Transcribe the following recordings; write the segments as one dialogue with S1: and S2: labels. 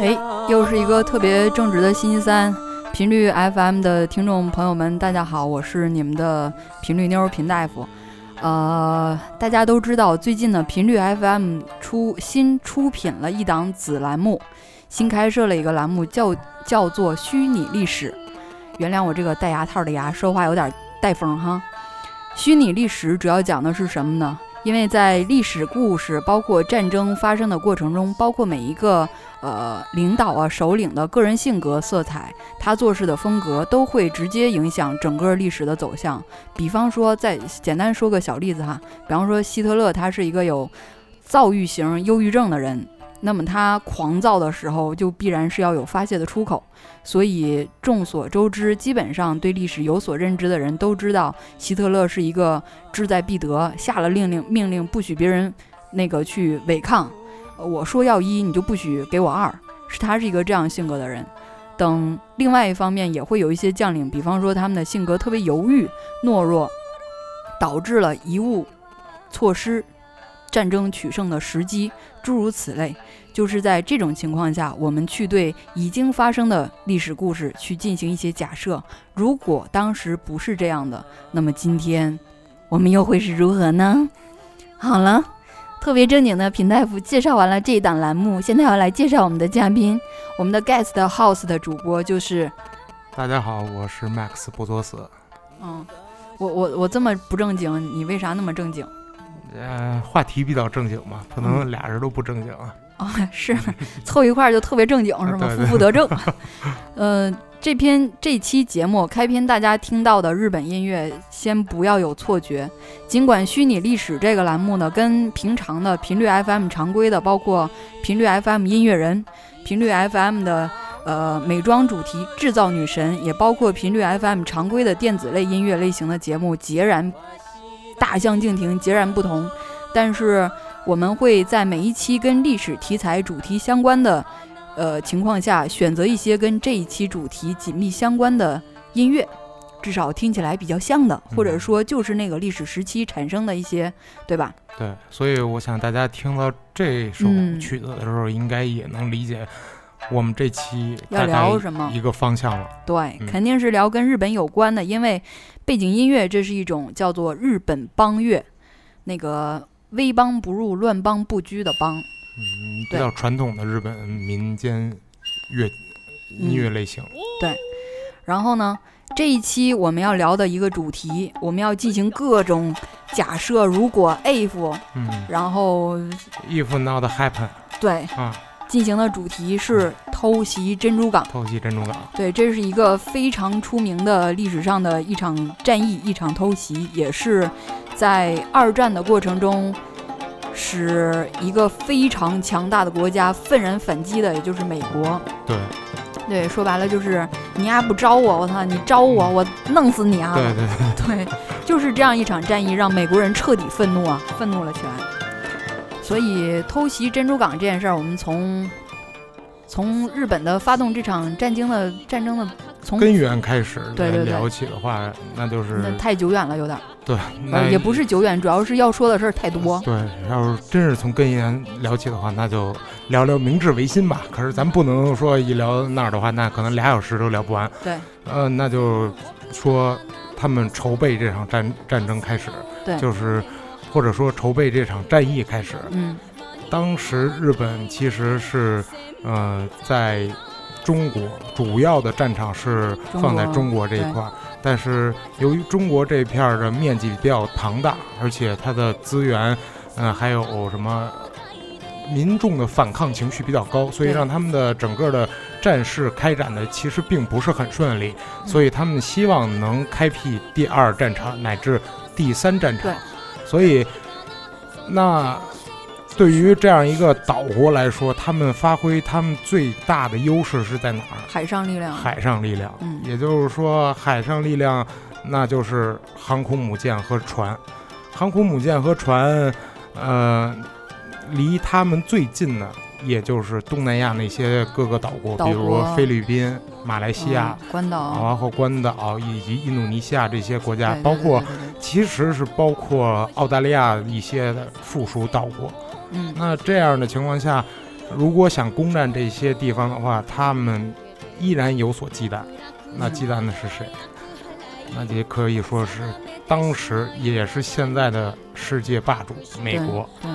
S1: 哎又是一个特别正直的星期三，频率 FM 的听众朋友们，大家好，我是你们的频率妞儿频大夫。呃，大家都知道，最近呢，频率 FM 出新出品了一档子栏目，新开设了一个栏目叫叫做“虚拟历史”。原谅我这个戴牙套的牙，说话有点带风哈。虚拟历史主要讲的是什么呢？因为在历史故事，包括战争发生的过程中，包括每一个呃领导啊、首领的个人性格色彩，他做事的风格都会直接影响整个历史的走向。比方说，再简单说个小例子哈，比方说希特勒，他是一个有躁郁型忧郁症的人，那么他狂躁的时候，就必然是要有发泄的出口。所以众所周知，基本上对历史有所认知的人都知道，希特勒是一个志在必得，下了令令命令不许别人那个去违抗，呃我说要一你就不许给我二，是他是一个这样性格的人。等另外一方面也会有一些将领，比方说他们的性格特别犹豫、懦弱，导致了贻误、错失战争取胜的时机，诸如此类。就是在这种情况下，我们去对已经发生的历史故事去进行一些假设。如果当时不是这样的，那么今天我们又会是如何呢？好了，特别正经的平大夫介绍完了这一档栏目，现在要来介绍我们的嘉宾，我们的 guest house 的主播就是，
S2: 大家好，我是 Max 布佐斯。
S1: 嗯，我我我这么不正经，你为啥那么正经？
S2: 呃，话题比较正经嘛，不能俩人都不正经啊。
S1: 哦，是凑一块儿就特别正经是吗？负
S2: 对对
S1: 负得正。啊呃，这篇这期节目开篇大家听到的日本音乐，先不要有错觉。尽管虚拟历史这个栏目呢，跟平常的频率 FM 常规的，包括频率 FM 音乐人、频率 FM 的呃美妆主题制造女神，也包括频率 FM 常规的电子类音乐类型的节目截然大相径庭，截然不同。但是我们会在每一期跟历史题材主题相关的呃情况下，选择一些跟这一期主题紧密相关的音乐，至少听起来比较像的，
S2: 嗯
S1: 或者说就是那个历史时期产生的一些，对吧？
S2: 对，所以我想大家听到这首
S1: 嗯
S2: 曲子的时候，应该也能理解我们这期
S1: 要
S2: 大
S1: 聊
S2: 概
S1: 什么？
S2: 一个方向了。
S1: 对，
S2: 嗯
S1: 肯定是聊跟日本有关的，因为背景音乐这是一种叫做日本邦乐，那个危邦不入，乱邦不居的邦。
S2: 嗯，比
S1: 对
S2: 较传统的日本民间乐音乐类型。
S1: 然后呢，这一期我们要聊的一个主题，我们要进行各种假设，如果 if，
S2: 嗯
S1: 然后
S2: ，If Not Happen
S1: 对
S2: 啊，
S1: 进行的主题是偷袭珍珠港。
S2: 偷袭珍珠港。
S1: 对，这是一个非常出名的历史上的一场战役，一场偷袭，也是在二战的过程中，使一个非常强大的国家愤然反击的，也就是美国。
S2: 对
S1: 对，说白了就是你丫不招我，我操，你招我，我弄死你啊！
S2: 对对对，
S1: 对，就是这样一场战役让美国人彻底愤怒啊，愤怒了起来。所以偷袭珍珠港这件事儿，我们从从日本的发动这场战争的战争的从
S2: 根源开始
S1: 对
S2: 来
S1: 对对
S2: 聊起的话，那就是
S1: 那太久远了，有点儿，
S2: 对，
S1: 呃，
S2: 那
S1: 也不是久远，主要是要说的事儿太多。
S2: 对，要是真是从根源聊起的话，那就聊聊明治维新吧。可是咱不能说一聊那儿的话，那可能俩小时都聊不完。
S1: 对，
S2: 呃，那就说他们筹备这场战战争开始，
S1: 对
S2: 就是或者说筹备这场战役开始。
S1: 嗯，
S2: 当时日本其实是，呃，在中国主要的战场是放在
S1: 中
S2: 中国这一
S1: 对
S2: 块儿，但是由于中国这片儿的面积比较庞大，而且它的资源，嗯、还有什么民众的反抗情绪比较高，所以
S1: 对
S2: 让他们的整个的战事开展的其实并不是很顺利，
S1: 嗯
S2: 所以他们希望能开辟第二战场乃至第三战场
S1: 对，
S2: 所以那。对于这样一个岛国来说，他们发挥他们最大的优势是在哪儿？
S1: 海上力量，
S2: 海上力量，
S1: 嗯
S2: 也就是说，海上力量那就是航空母舰和船。航空母舰和船，呃，离他们最近的，也就是东南亚那些各个岛国，
S1: 岛
S2: 比如
S1: 国
S2: 说菲律宾、马来西亚、
S1: 嗯、关岛，
S2: 然后关岛以及印度尼西亚这些国家，
S1: 对
S2: 包括
S1: 对对对对
S2: 其实是包括澳大利亚一些的附属岛国。
S1: 嗯，
S2: 那这样的情况下，如果想攻占这些地方的话，他们依然有所忌惮。那忌惮的是谁？那也可以说是当时也是现在的世界霸主美国。
S1: 对，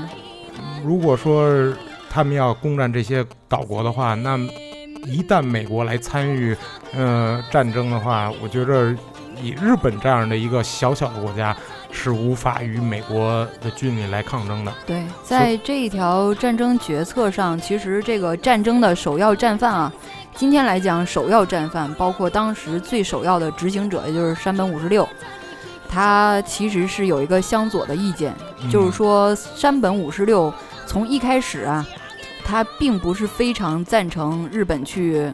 S2: 如果说他们要攻占这些岛国的话，那么一旦美国来参与，呃，战争的话，我觉着以日本这样的一个小小的国家是无法与美国的军力来抗争的。
S1: 对，在这一条战争决策上，其实这个战争的首要战犯啊，今天来讲首要战犯，包括当时最首要的执行者，也就是山本五十六，他其实是有一个相左的意见，
S2: 嗯
S1: 就是说山本五十六从一开始啊，他并不是非常赞成日本去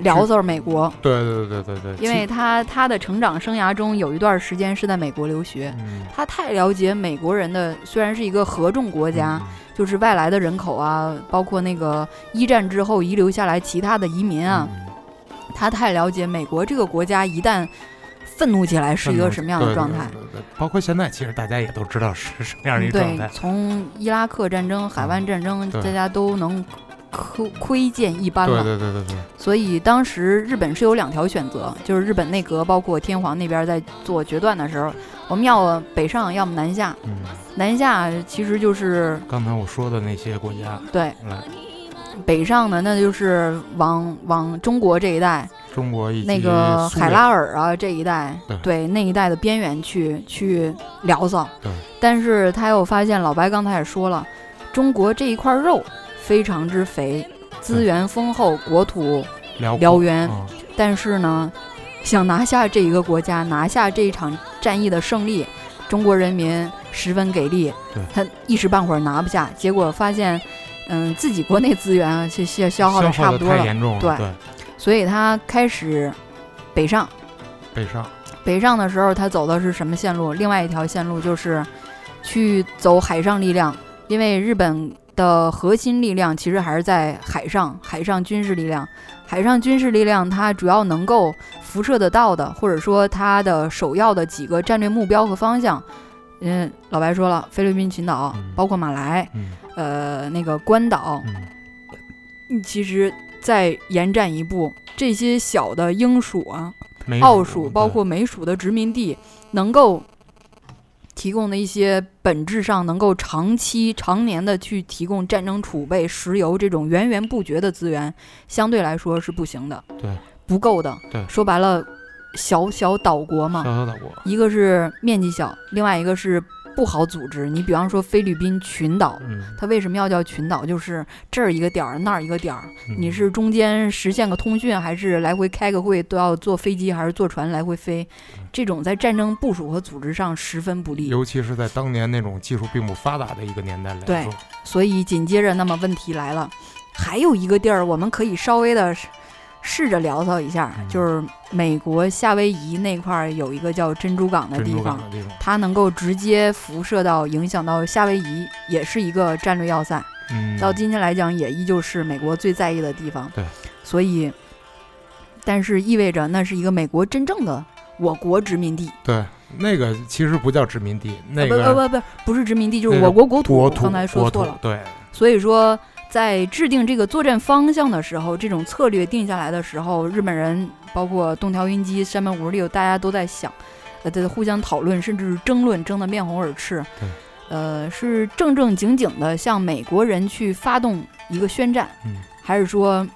S1: 聊骚美国，
S2: 嗯，对对对对对，
S1: 因为他他的成长生涯中有一段时间是在美国留学
S2: 其。嗯
S1: 他太了解美国人的，虽然是一个合众国家，就是外来的人口啊，包括那个一战之后遗留下来其他的移民啊，
S2: 嗯
S1: 他太了解美国这个国家一旦愤怒起来是一个什么样的状态。
S2: 对对对对包括现在，其实大家也都知道是什么样的一个状
S1: 对嗯
S2: 态，。
S1: 从伊拉克战争、海湾战争，
S2: 对
S1: 大家都能窥窥见一斑
S2: 对
S1: 了。
S2: 对对对对，
S1: 所以当时日本是有两条选择，就是日本内阁包括天皇那边在做决断的时候，我们要么北上，要么南下。
S2: 嗯，
S1: 南下其实就是
S2: 刚才我说的那些国家，
S1: 对
S2: 来
S1: 北上呢，那就是往往中国这一带，
S2: 中国以及
S1: 那个
S2: 苏
S1: 海
S2: 联
S1: 拉尔啊这一带，
S2: 对
S1: 那一带的边缘去去聊骚。
S2: 对
S1: 但是他又发现，老白刚才也说了，中国这一块肉非常之肥，资源丰厚，国土
S2: 辽
S1: 辽源，
S2: 嗯
S1: 但是呢，想拿下这一个国家，拿下这一场战役的胜利，中国人民十分给力
S2: 对，
S1: 他一时半会儿拿不下，结果发现，嗯，自己国内资源啊，消消消耗的差不多
S2: 太
S1: 了，
S2: 严重了，
S1: 对所以他开始北上。
S2: 北上，
S1: 北上的时候，他走的是什么线路？另外一条线路就是去走海上力量，因为日本的核心力量其实还是在海上，海上军事力量。海上军事力量它主要能够辐射得到的，或者说它的首要的几个战略目标和方向，嗯，老白说了，菲律宾群岛
S2: 嗯，
S1: 包括马来，
S2: 嗯
S1: 呃，那个关岛，
S2: 嗯，
S1: 其实再延展一步，这些小的英属啊，
S2: 美
S1: 澳属包括美属的殖民地能够提供的一些本质上能够长期、常年的去提供战争储备、石油这种源源不绝的资源，相对来说是不行的，
S2: 对，
S1: 不够的。
S2: 对
S1: 说白了，小小岛国
S2: 对
S1: 嘛，
S2: 小小岛国，
S1: 一个是面积小，另外一个是不好组织。你比方说菲律宾群岛。
S2: 嗯，
S1: 它为什么要叫群岛？就是这儿一个点儿，那儿一个点儿，
S2: 嗯
S1: 你是中间实现个通讯，还是来回开个会都要坐飞机，还是坐船来回飞？
S2: 嗯
S1: 这种在战争部署和组织上十分不利。
S2: 尤其是在当年那种技术并不发达的一个年代来
S1: 对
S2: 说，
S1: 所以紧接着，那么问题来了，还有一个地儿我们可以稍微的试着聊骚一下，
S2: 嗯
S1: 就是美国夏威夷那块儿有一个叫珍珠港的
S2: 珍
S1: 地
S2: 珠港
S1: 方。
S2: 的地方，
S1: 它能够直接辐射到、影响到夏威夷，也是一个战略要塞。
S2: 嗯，
S1: 到今天来讲，也依旧是美国最在意的地方。
S2: 对，
S1: 所以，但是意味着那是一个美国真正的我国殖民地，
S2: 对那个其实不叫殖民地，那
S1: 啊、
S2: 个
S1: 不不不不不是殖民地，就是
S2: 那
S1: 我国
S2: 个
S1: 国土。
S2: 国
S1: 我
S2: 土
S1: 刚才说
S2: 国
S1: 错
S2: 土
S1: 了。
S2: 对，
S1: 所以说，在制定这个作战方向的时候，这种策略定下来的时候，日本人包括东条英机、山本五十六，大家都在想，呃，在互相讨论，甚至是争论，争得面红耳赤
S2: 对。
S1: 呃，是正正经经的向美国人去发动一个宣战，
S2: 嗯
S1: 还是说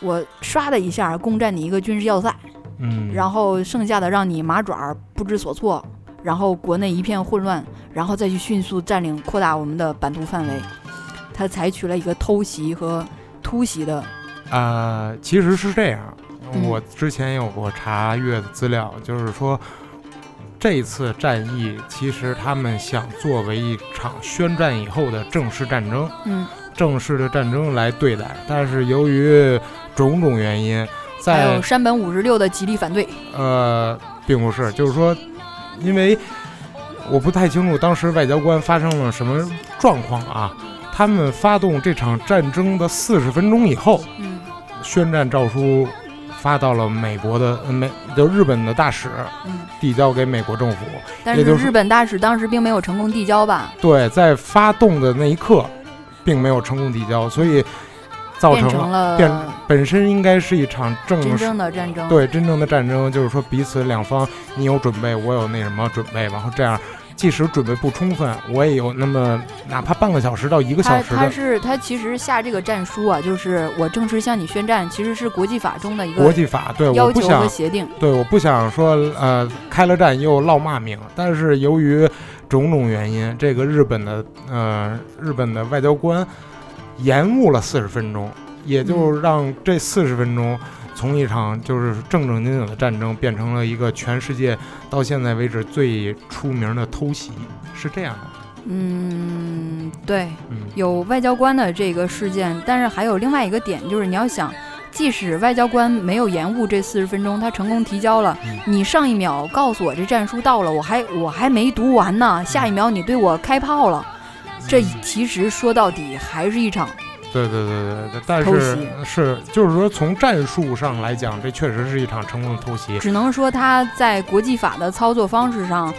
S1: 我唰的一下攻占你一个军事要塞，
S2: 嗯，
S1: 然后剩下的让你麻爪儿不知所措，然后国内一片混乱，然后再去迅速占领扩大我们的版图范围。他采取了一个偷袭和突袭的，
S2: 呃，其实是这样，
S1: 嗯
S2: 我之前有过查阅的资料，就是说这次战役其实他们想作为一场宣战以后的正式战争，
S1: 嗯，
S2: 正式的战争来对待，但是由于种种原因，
S1: 还有
S2: 在
S1: 山本五十六的极力反对，
S2: 呃，并不是，就是说，因为我不太清楚当时外交官发生了什么状况啊。他们发动这场战争的四十分钟以后，
S1: 嗯
S2: 宣战诏书发到了美国的呃美，就日本的大使，
S1: 嗯，
S2: 递交给美国政府。
S1: 但
S2: 也
S1: 是
S2: 就是
S1: 日本大使当时并没有成功递交吧？
S2: 对，在发动的那一刻，并没有成功抵交，所以造
S1: 变
S2: 成
S1: 成
S2: 了
S1: 了
S2: 变本身应该是一场正
S1: 真
S2: 式
S1: 正的战争。
S2: 对真正的战争，就是说彼此两方你有准备，我有那什么准备，然后这样即使准备不充分，我也有那么哪怕半个小时到一个
S1: 他
S2: 小时
S1: 他
S2: 的
S1: 是他其实下这个战书啊，就是我正式向你宣战，其实是国际法中的一
S2: 国
S1: 个
S2: 际法，对，我
S1: 要
S2: 不
S1: 求
S2: 想
S1: 和协定。
S2: 对，我不想说呃开了战又落骂名，但是由于种种原因，这个日本的呃日本的外交官延误了四十分钟，也就
S1: 嗯
S2: 让这四十分钟从一场就是正正经经的战争变成了一个全世界到现在为止最出名的偷袭，是这样的。
S1: 嗯，对，
S2: 嗯，
S1: 有外交官的这个事件，但是还有另外一个点，就是你要想，即使外交官没有延误这四十分钟，他成功提交了，
S2: 嗯
S1: 你上一秒告诉我这战书到了，我还我还没读完呢，下一秒你对我开炮了，这其实说到底还是一场
S2: 对对对对对，但
S1: 偷
S2: 是
S1: 袭
S2: 是就是说从战术上来讲，这确实是一场成功的偷袭。
S1: 只能说他在国际法的操作方式上，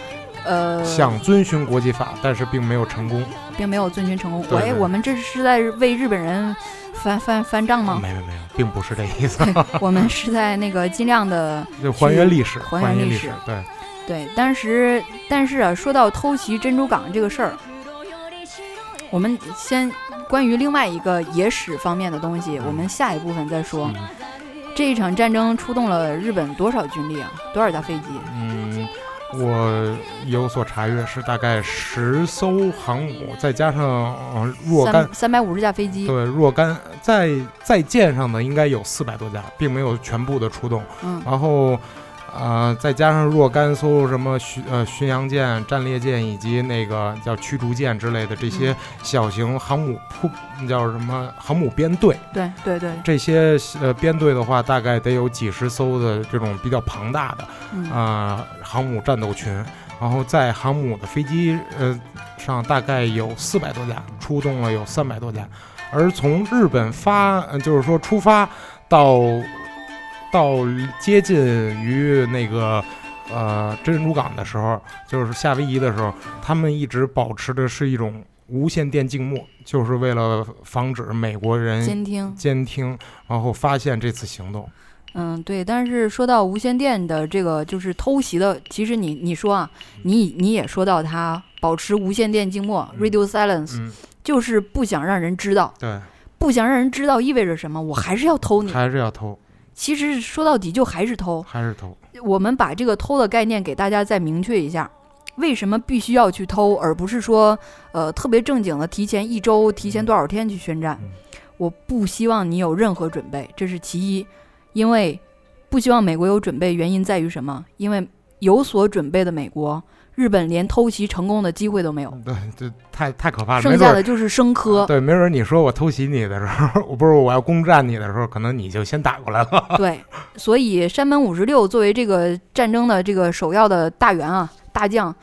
S1: 呃，
S2: 想遵循国际法，但是并没有成功。
S1: 并没有遵循成功。
S2: 对
S1: 喂，
S2: 对
S1: 我们这是在为日本人翻翻翻账吗？
S2: 没没没有，并不是这意 思，
S1: 我们是在那个尽量的
S2: 就还原历史，
S1: 还
S2: 还
S1: 原历
S2: 历
S1: 史
S2: 对，
S1: 对。当时，但是啊，说到偷袭珍珠港这个事儿，我们先关于另外一个野史方面的东西，
S2: 嗯
S1: 我们下一部分再说。
S2: 嗯
S1: 这一场战争出动了日本多少军力啊？多少架飞机？
S2: 嗯，我有所查阅是大概十艘航母，再加上、呃、若干
S1: 三三百五十架飞机。
S2: 对若干在在舰上的应该有四百多架，并没有全部的出动。
S1: 嗯，
S2: 然后，呃，再加上若干艘什么巡呃巡洋舰、战列舰以及那个叫驱逐舰之类的这
S1: 嗯
S2: 些小型航母铺叫什么航母编队，
S1: 对对对，
S2: 这些呃编队的话，大概得有几十艘的这种比较庞大的
S1: 嗯，
S2: 啊、呃航母战斗群，然后在航母的飞机呃上大概有四百多架，出动了有三百多架，而从日本发呃就是说出发到到接近于那个。呃，珍珠港的时候，就是夏威夷的时候，他们一直保持的是一种无线电静默，就是为了防止美国人
S1: 监听。
S2: 监听，然后发现这次行动。
S1: 嗯，对，但是说到无线电的这个就是偷袭的，其实你你说啊，你你也说到他保持无线电静默
S2: 嗯
S1: （radio silence），、
S2: 嗯，
S1: 就是不想让人知道，
S2: 对，
S1: 不想让人知道意味着什么，我还是要偷你。
S2: 嗯还是要偷，
S1: 其实说到底就还是偷。
S2: 还是偷。
S1: 我们把这个偷的概念给大家再明确一下，为什么必须要去偷，而不是说呃特别正经的提前一周、提前多少天去宣战
S2: 嗯？
S1: 我不希望你有任何准备，这是其一，因为不希望美国有准备，原因在于什么？因为有所准备的美国，日本连偷袭成功的机会都没有，
S2: 对，这太太可怕了。
S1: 剩
S2: 啊没
S1: 下
S2: 准
S1: 的就是生
S2: 儿
S1: 磕。
S2: 对，没准儿你说我偷袭你的时候， 我不是我要攻占你的时候，可能你就先打过来了。
S1: 对，所以山本五十六作为这个战争的这个首要的大员啊，大将，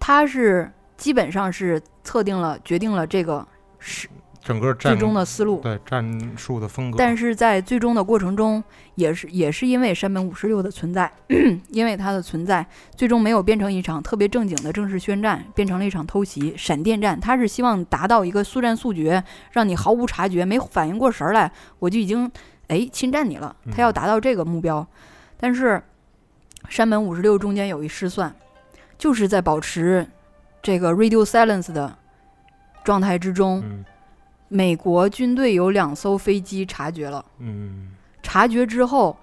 S1: 他是基本上是测定了、决定了这个是
S2: 整个
S1: 最
S2: 战
S1: 终的思路。
S2: 对战术的风格，
S1: 但是在最终的过程中，也是也是因为山本五十六的存在， 因为他的存在，最终没有变成一场特别正经的正式宣战，变成了一场偷袭、闪电战。他是希望达到一个速战速决，让你毫无察觉，没反应过神儿来，我就已经哎侵占你了。他要达到这个目标，但是山本五十六中间有一失算，就是在保持这个 radio silence 的状态之中，
S2: 嗯
S1: 美国军队有两艘飞机察觉了。
S2: 嗯，
S1: 察觉之后，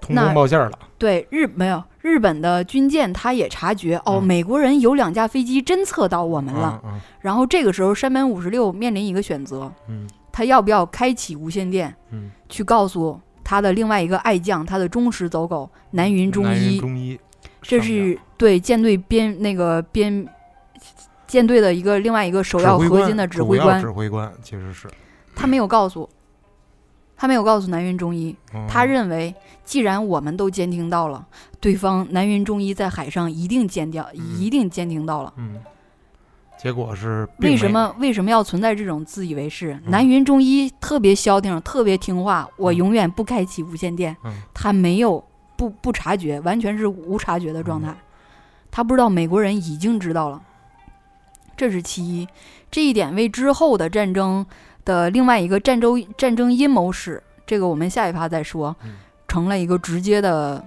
S2: 通
S1: 那
S2: 风报信儿了。
S1: 对日没有日本的军舰，他也察觉哦，
S2: 嗯
S1: 美国人有两架飞机侦测到我们了。
S2: 嗯
S1: 然后这个时候，山本五十六面临一个选择，
S2: 嗯
S1: 他要不要开启无线电
S2: 嗯
S1: 去告诉他的另外一个爱将，他的忠实走狗南云
S2: 嗯，
S1: 忠
S2: 南
S1: 一
S2: 云，中医，
S1: 这
S2: 上将
S1: 是对舰队边那个边舰队的一个另外一个首要
S2: 指挥
S1: 核
S2: 官
S1: 心的指
S2: 主
S1: 挥
S2: 要
S1: 官
S2: 指，挥官其实是
S1: 他没有告诉，他没有告诉南云忠一，他
S2: 认
S1: 认为，既然我们都监听到了，对方南云中医在海上一定监掉，
S2: 嗯
S1: 一定监听到了。
S2: 嗯，结果是并
S1: 为什
S2: 没
S1: 么为什么要存在这种自以为是？
S2: 嗯
S1: 南云中医特别消停，特别听话，我
S2: 嗯
S1: 永远不开启无线电
S2: 嗯，
S1: 他没有不不察觉，
S2: 嗯
S1: 完全是无察觉的状态，他不知道美国人已经知道了。这是其一。这一点为之后的战争的另外一个战争战争阴谋史，这个我们下一趴再说
S2: 嗯，
S1: 成了一个直接的，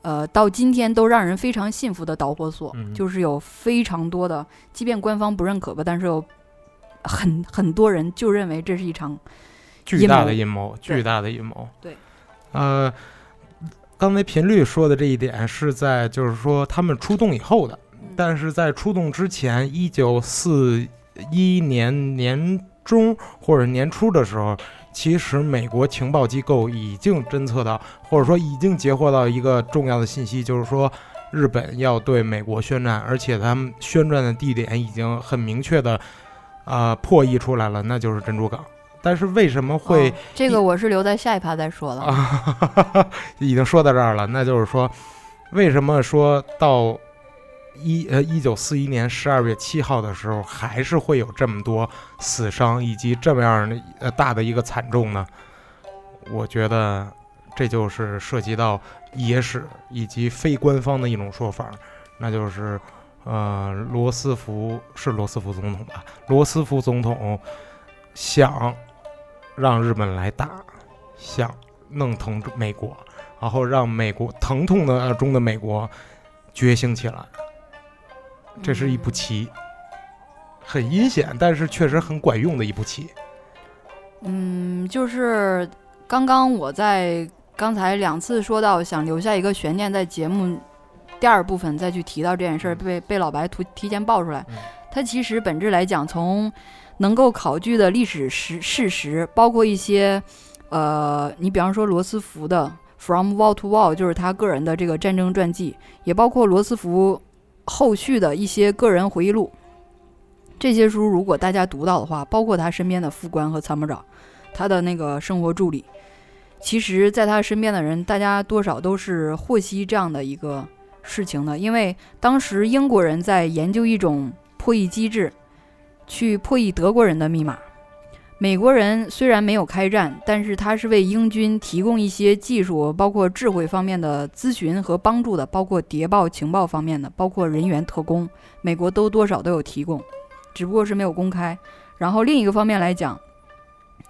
S1: 呃，到今天都让人非常信服的导火索，
S2: 嗯
S1: 就是有非常多的，即便官方不认可吧，但是有很很多人就认为这是一场
S2: 巨
S1: 阴
S2: 大
S1: 谋
S2: 的阴谋，巨
S1: 对
S2: 大的阴谋。
S1: 对，
S2: 呃，刚才频率说的这一点是在就是说他们出动以后的，
S1: 嗯
S2: 但是在出动之前，一九四一年年中或者年初的时候，其实美国情报机构已经侦测到，或者说已经截获到一个重要的信息，就是说。日本要对美国宣战，而且他们宣战的地点已经很明确的，啊破译出来了，那就是珍珠港。但是为什么会
S1: 哦这个我是留在下一趴再说了。
S2: 啊，哈哈哈已经说到这儿了，那就是说，为什么说到一呃一九四一年十二月七号的时候，还是会有这么多死伤以及这么样的呃大的一个惨重呢？我觉得这就是涉及到野史以及非官方的一种说法，那就是呃罗斯福是罗斯福总统吧？罗斯福总统想让日本来打，想弄疼美国，然后让美国疼痛的中的美国觉醒起来。这是一步棋，很阴险，但是确实很管用的一步棋。
S1: 嗯，就是刚刚我在刚才两次说到想留下一个悬念，在节目第二部分再去提到这件事儿，
S2: 嗯
S1: 被被老白图提前爆出来
S2: 嗯。
S1: 它其实本质来讲，从能够考据的历史实事实，包括一些呃，你比方说罗斯福的《From Wall to Wall》，就是他个人的这个战争传记，也包括罗斯福后续的一些个人回忆录。这些书如果大家读到的话，包括他身边的副官和参谋长，他的那个生活助理，其实在他身边的人，大家多少都是获悉这样的一个事情的，因为当时英国人在研究一种破译机制，去破译德国人的密码。美国人虽然没有开战，但是他是为英军提供一些技术，包括智慧方面的咨询和帮助的，包括谍报、情报方面的，包括人员特工，美国都多少都有提供，只不过是没有公开。然后另一个方面来讲，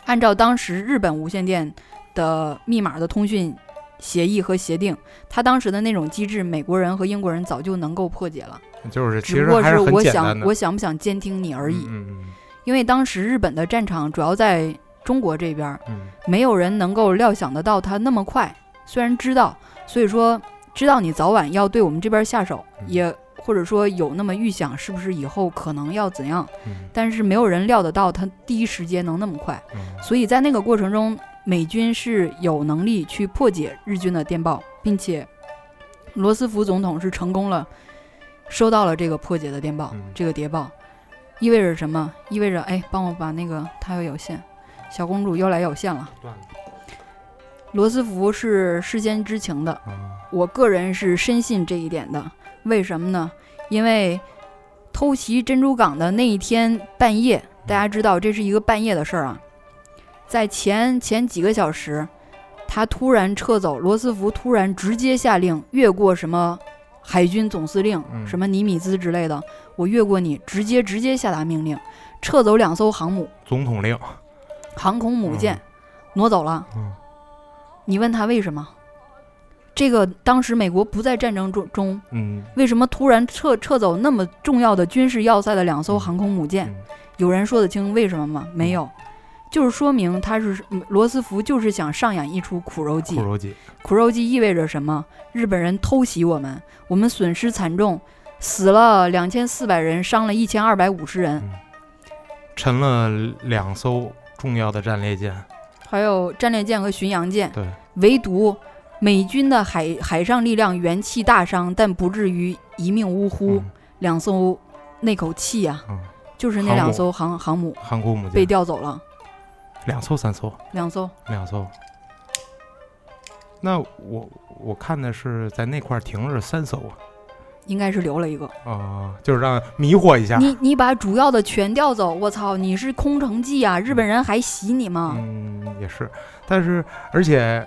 S1: 按照当时日本无线电的密码的通讯协议和协定，他当时的那种机制，美国人和英国人早就能够破解了，
S2: 就是其
S1: 只
S2: 实
S1: 不过
S2: 还
S1: 是
S2: 很
S1: 我
S2: 简
S1: 想
S2: 单的
S1: 我想不想监听你而已。
S2: 嗯嗯
S1: 因为当时日本的战场主要在中国这边儿，
S2: 嗯
S1: 没有人能够料想得到他那么快。虽然知道，所以说知道你早晚要对我们这边下手，
S2: 嗯
S1: 也或者说有那么预想，是不是以后可能要怎样？
S2: 嗯
S1: 但是没有人料得到他第一时间能那么快。
S2: 嗯
S1: 所以在那个过程中，美军是有能力去破解日军的电报，并且罗斯福总统是成功了，收到了这个破解的电报，
S2: 嗯
S1: 这个谍报，意味着什么？意味着哎，帮我把那个他又有线，小公主又来有线了。
S2: 断
S1: 罗斯福是事先知情的，
S2: 了
S1: 我个人是深信这一点的。为什么呢？因为偷袭珍珠港的那一天半夜，大家知道这是一个半夜的事儿啊，在前前几个小时，他突然撤走，罗斯福突然直接下令越过什么海军总司令、
S2: 嗯
S1: 什么尼米兹之类的，我越过你，直接直接下达命令，撤走两艘航母、
S2: 总统令，
S1: 航空母舰
S2: 嗯，
S1: 挪走了。
S2: 嗯
S1: 你问他为什么？这个当时美国不在战争中中，
S2: 嗯
S1: 为什么突然撤撤走那么重要的军事要塞的两艘航空母舰？
S2: 嗯
S1: 有人说得清为什么吗？没有，就是说明他是嗯罗斯福就是想上演一出苦肉计
S2: 库。洛计，
S1: 苦肉计意味着什么？日本人偷袭我们，我们损失惨重，死了两千四百人，伤了一千二百五十
S2: 嗯
S1: 人，
S2: 沉了两艘重要的战列舰，
S1: 还有战列舰和巡洋舰。
S2: 对，
S1: 唯独美军的海海上力量元气大伤，但不至于一命呜呼。
S2: 嗯
S1: 两艘那口气呀、
S2: 嗯
S1: 就是那两艘航航母
S2: 航空母
S1: 被
S2: 舰
S1: 调走了，
S2: 两艘三艘，
S1: 两艘。
S2: 两艘。那我我看的是在那块儿停了三艘啊，
S1: 应该是留了一个，
S2: 啊、就是让迷惑一下。
S1: 你你把主要的全调走，我操，你是空城计啊！日本人还洗你吗？
S2: 嗯，也是，但是而且，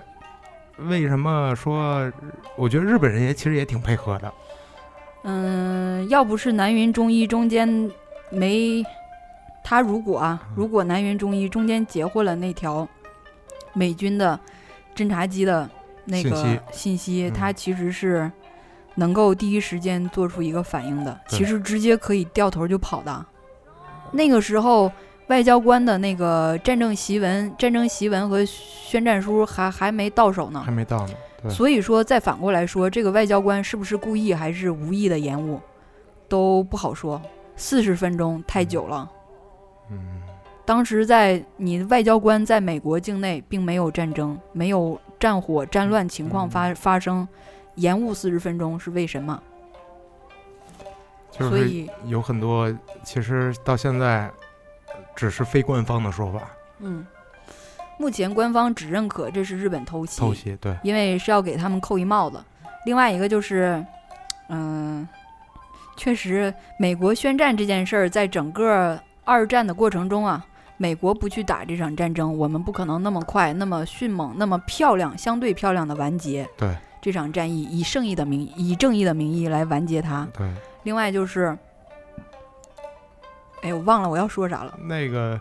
S2: 为什么说？我觉得日本人也其实也挺配合的。
S1: 嗯，要不是南云中一中间没他如果啊，
S2: 嗯
S1: 如果南云中医中间截获了那条美军的侦察机的那个
S2: 信息
S1: 信息，
S2: 嗯
S1: 他其实是能够第一时间做出一个反应的，
S2: 对
S1: 其实直接可以掉头就跑的。那个时候，外交官的那个战争檄文、战争檄文和宣战书还还没到手呢
S2: 还，没到呢。
S1: 嗯
S2: 对，
S1: 所以说再反过来说，这个外交官是不是故意还是无意的延误，都不好说。四十分钟太久了。
S2: 嗯，
S1: 当时在你外交官在美国境内并没有战争，没有战火、战乱情况发
S2: 嗯
S1: 发生，延误四十分钟是为什么？
S2: 就
S1: 所
S2: 是
S1: 以，
S2: 有很多，其实到现在只是非官方的说法，
S1: 嗯，目前官方只认可这是日本偷袭，
S2: 偷袭。对，
S1: 因为是要给他们扣一帽子。另外一个就是，嗯、确实，美国宣战这件事儿，在整个二战的过程中啊，美国不去打这场战争，我们不可能那么快、那么迅猛、那么漂亮、相对漂亮的完结
S2: 对，
S1: 这场战役，以正义的名义以正义的名义来完结它。
S2: 对，
S1: 另外就是，哎，我忘了我要说啥了。
S2: 那个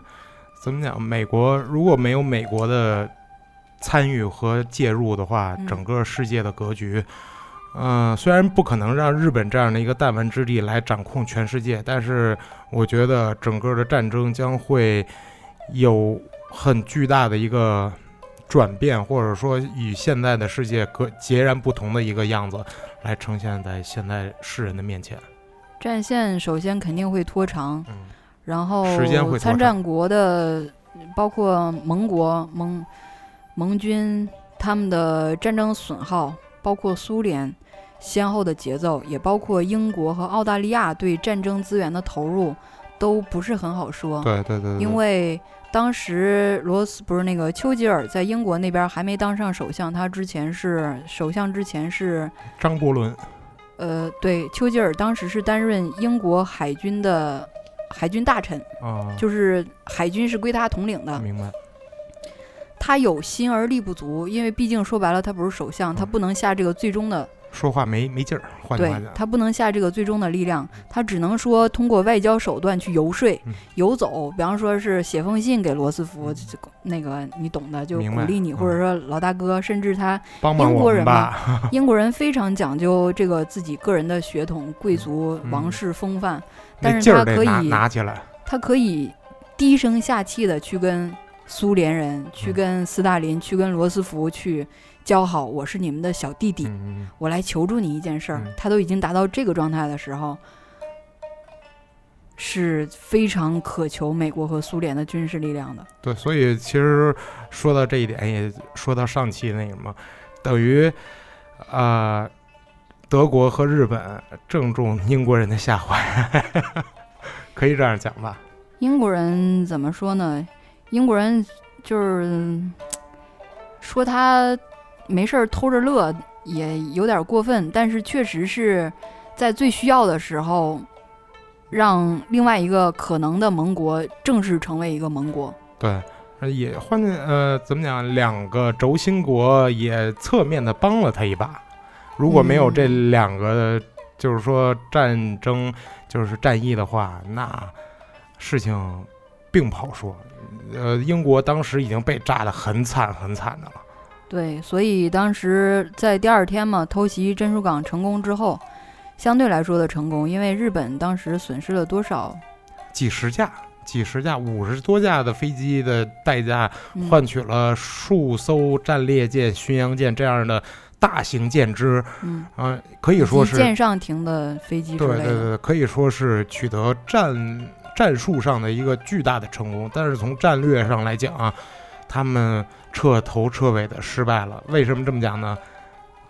S2: 怎么讲？美国如果没有美国的参与和介入的话，
S1: 嗯
S2: 整个世界的格局，嗯、虽然不可能让日本这样的一个弹丸之地来掌控全世界，但是我觉得整个的战争将会有很巨大的一个。转变，或者说与现在的世界隔截然不同的一个样子，来呈现在现在世人的面前。
S1: 战线首先肯定会拖长，
S2: 嗯，
S1: 然后
S2: 时间会多
S1: 参
S2: 长
S1: 战国的包括盟国、盟盟军他们的战争损耗，包括苏联先后的节奏，也包括英国和澳大利亚对战争资源的投入，都不是很好说。
S2: 对对对对，
S1: 哦因为当时罗斯不是那个丘吉尔在英国那边还没当上首相，他之前是首相之前是
S2: 张伯伦，
S1: 呃对，丘吉尔当时是担任英国海军的海军大臣。
S2: 啊，
S1: 就是啊海军是归他统领的，
S2: 明白，
S1: 他有心而力不足，因为毕竟说白了他不是首相，他
S2: 嗯
S1: 不能下这个最终的，
S2: 说话没没劲儿，换句
S1: 对
S2: 话讲，
S1: 他不能下这个最终的力量，他只能说通过外交手段去游说
S2: 嗯、
S1: 游走，比方说是写封信给罗斯福，这个那个你懂的，就
S2: 明
S1: 鼓
S2: 白嗯
S1: 励你，或者说老大哥，甚至 他
S2: 帮帮
S1: 英
S2: 我
S1: 国
S2: 们
S1: 人
S2: 吧。
S1: 英国人非常讲究这个自己个人的血统、贵族、
S2: 嗯
S1: 王室风范，但
S2: 那
S1: 是
S2: 劲
S1: 他
S2: 儿得
S1: 可
S2: 拿
S1: 以
S2: 拿起来，
S1: 他可以低声下气的去跟苏联人、
S2: 嗯
S1: 去跟斯大林、去跟罗斯福去交好，我是你们的小弟弟，
S2: 嗯，
S1: 我来求助你一件事儿。
S2: 嗯
S1: 他都已经达到这个状态的时候，是非常渴求美国和苏联的军事力量的。
S2: 对，所以其实说到这一点，也说到上期那什么，等于啊、呃德国和日本正中英国人的下怀， 可以这样讲吧？
S1: 英国人怎么说呢？英国人就是嗯说他没事儿偷着乐也有点过分，但是确实是在最需要的时候，让另外一个可能的盟国正式成为一个盟国。
S2: 对。呃也换呃，怎么讲？两个轴心国也侧面的帮了他一把。如果没有这两个，就是说战争，就是战役的话，那事情并不好说。呃，英国当时已经被炸得很惨很惨的了。
S1: 对，所以当时在第二天嘛，偷袭珍珠港成功之后，相对来说的成功，因为日本当时损失了多少？
S2: 几十架、几十架、五十多架的飞机的代价，
S1: 嗯、
S2: 换取了数艘战列舰、巡洋舰这样的大型舰只，
S1: 嗯，
S2: 啊、可以说是
S1: 以及舰上停的飞机之
S2: 对
S1: 类的。
S2: 对对，可以说是取得战战术上的一个巨大的成功。但是从战略上来讲啊，他们彻头彻尾的失败了。为什么这么讲呢？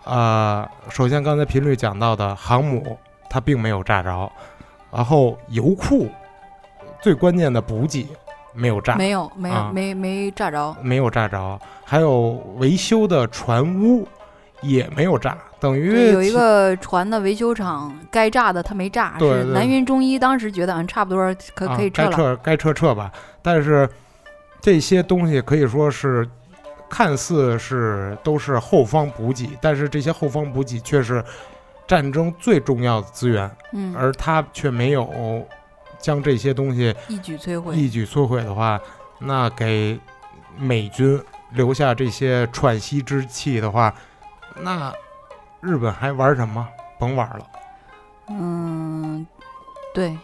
S2: 呃，首先刚才频率讲到的航母，它并没有炸着，然后油库最关键的补给没有炸，
S1: 没有，没有，
S2: 啊
S1: 没没炸着。
S2: 没有炸着，还有维修的船坞也没有炸，等于
S1: 对，有一
S2: 其
S1: 个船的维修厂，该炸的它没炸，
S2: 对
S1: 是
S2: 对
S1: 南云中医当时觉得嗯差不多可
S2: 啊
S1: 可以撤
S2: 该
S1: 了，
S2: 撤该撤撤吧。但是这些东西可以说是看似是都是后方补给，但是这些后方补给却是战争最重要的资源，
S1: 嗯，
S2: 而它却没有将这些东西
S1: 一举摧毁。
S2: 一举摧毁的话，那给美军留下这些喘息之气的话，那日本还玩什么？甭玩了。
S1: 嗯，对，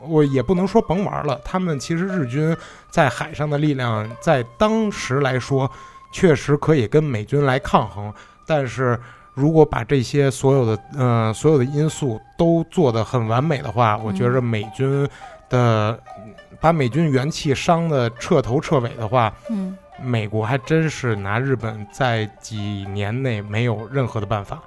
S2: 我也不能说甭玩了，他们其实日军在海上的力量，在当时来说，确实可以跟美军来抗衡。但是如果把这些所有的呃所有的因素都做得很完美的话，我觉着美军的、把美军元气伤得彻头彻尾的话，
S1: 嗯，
S2: 美国还真是拿日本在几年内没有任何的办法。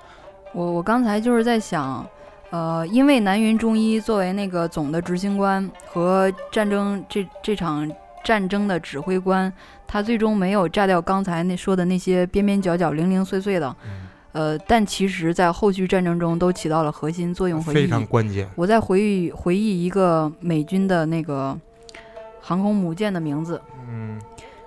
S1: 我我刚才就是在想，呃，因为南云忠一作为那个总的执行官和战争这这场战争的指挥官，他最终没有炸掉刚才那说的那些边边角角、零零碎碎的，
S2: 嗯
S1: 呃，但其实在后续战争中都起到了核心作用和意
S2: 非
S1: 义。
S2: 常关键，
S1: 我在回忆回忆一个美军的那个航空母舰的名字，
S2: 嗯，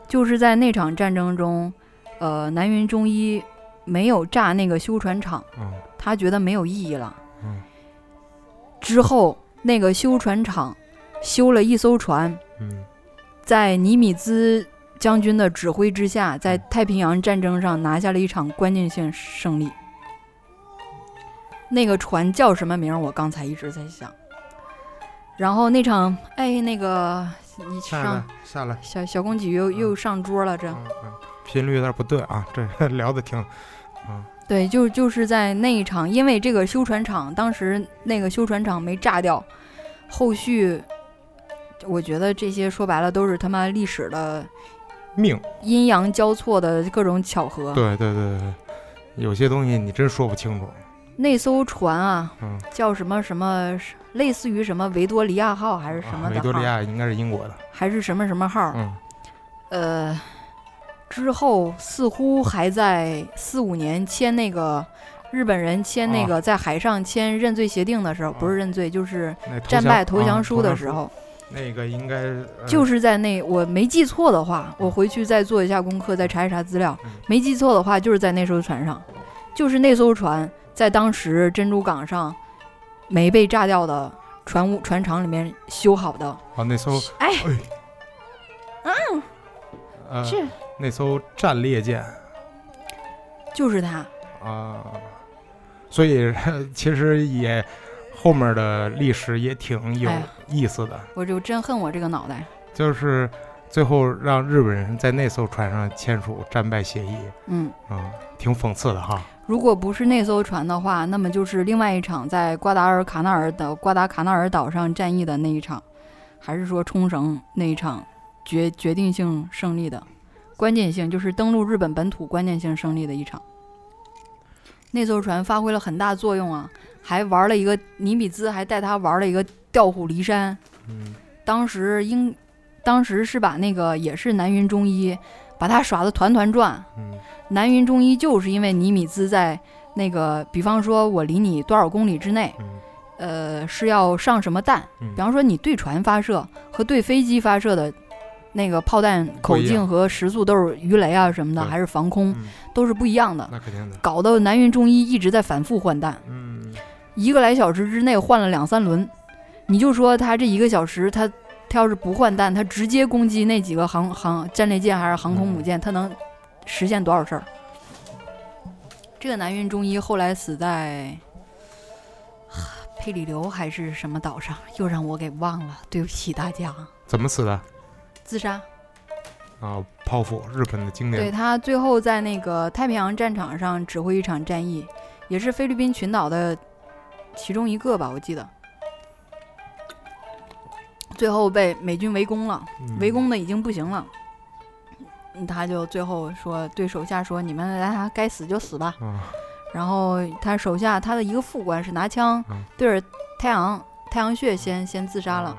S1: 就是在那场战争中，呃，南云忠一没有炸那个修船厂，
S2: 嗯
S1: 他觉得没有意义了。
S2: 嗯
S1: 之后那个修船厂修了一艘船，
S2: 嗯
S1: 在尼米兹将军的指挥之下，在
S2: 嗯
S1: 太平洋战争上拿下了一场关键性胜利。那个船叫什么名儿？我刚才一直在想。然后那场，哎，那个你
S2: 下
S1: 上
S2: 来下来，
S1: 小小公举又
S2: 嗯
S1: 又上桌了，这。
S2: 嗯嗯，频率有点不对啊，这 聊的挺，嗯
S1: 对，就就是在那一场，因为这个修船厂当时那个修船厂没炸掉，后续我觉得这些说白了都是他妈历史的
S2: 命，
S1: 阴阳交错的各种巧合。
S2: 对对对对对，有些东西你真说不清楚，
S1: 那艘船啊，
S2: 嗯，
S1: 叫什么什么，类似于什么维多利亚号还是什么
S2: 啊
S1: 的啊
S2: 维
S1: 号，
S2: 多利亚应该是英国的，
S1: 还是什么什么号？
S2: 嗯
S1: 呃，之后似乎还在四五年签那个。日本人签那
S2: 啊
S1: 个在海上签认罪协定的时候，不是
S2: 啊
S1: 认罪，就是
S2: 那啊投
S1: 战败
S2: 投
S1: 投降
S2: 降
S1: 书的时，候，
S2: 那个应该呃
S1: 就是是在那我没记错的话，
S2: 嗯
S1: 我回去再做一下功课，再查一查资料
S2: 嗯。
S1: 没记错的话，就是在那艘船上，就是那艘船在当时珍珠港上没被炸掉的船坞船厂里面修好的。
S2: 啊那艘哎
S1: 哎，
S2: 呃
S1: 啊是
S2: 那艘战列舰
S1: 就是它。
S2: 啊，所以 其实也后面的历史也挺有
S1: 哎呀
S2: 意思的，
S1: 我就真恨我这个脑袋。
S2: 就是最后让日本人在那艘船上签署战败协议，
S1: 嗯，
S2: 嗯，挺讽刺的哈。
S1: 如果不是那艘船的话，那么就是另外一场在瓜达尔卡纳尔岛瓜达卡纳尔岛上战役的那一场，还是说冲绳那一场决决定性胜利的关键性，就是登陆日本本土关键性胜利的一场。那艘船发挥了很大作用啊，还玩了一个尼米兹，还带他玩了一个调虎离山。
S2: 嗯，
S1: 当时英，当时是把那个也是南云忠一，把他耍得团团转。
S2: 嗯，
S1: 南云中医就是因为尼米兹在那个，比方说我离你多少公里之内，
S2: 嗯，
S1: 呃，是要上什么弹？
S2: 嗯
S1: 比方说你对船发射和对飞机发射的那个炮弹口
S2: 不一
S1: 径
S2: 样
S1: 和时速都是鱼雷啊什么的，
S2: 对
S1: 还是防空
S2: 嗯
S1: 都是不一样的，
S2: 那肯定的。
S1: 搞得南云中医一直在反复换弹，
S2: 嗯，
S1: 一个来小时之内换了两三轮，你就说他这一个小时他。他要是不换弹，他直接攻击那几个航航战列舰还是航空母舰，他能实现多少事儿？这个南运中医后来死在啊佩里流还是什么岛上，又让我给忘了，对不起大家。啊
S2: 怎么死的？
S1: 自杀，
S2: 啊，泡芙，日本的经
S1: 对
S2: 典。
S1: 他最后在那个太平洋战场上指挥一场战役，也是菲律宾群岛的其中一个吧，我记得。最后被美军围攻了，
S2: 嗯
S1: 围攻的已经不行了，他就最后说对手下说：“你们来，该死就死吧，
S2: 啊，
S1: 然后他手下他的一个副官是拿枪
S2: 嗯
S1: 对着太阳太阳穴先先自杀了，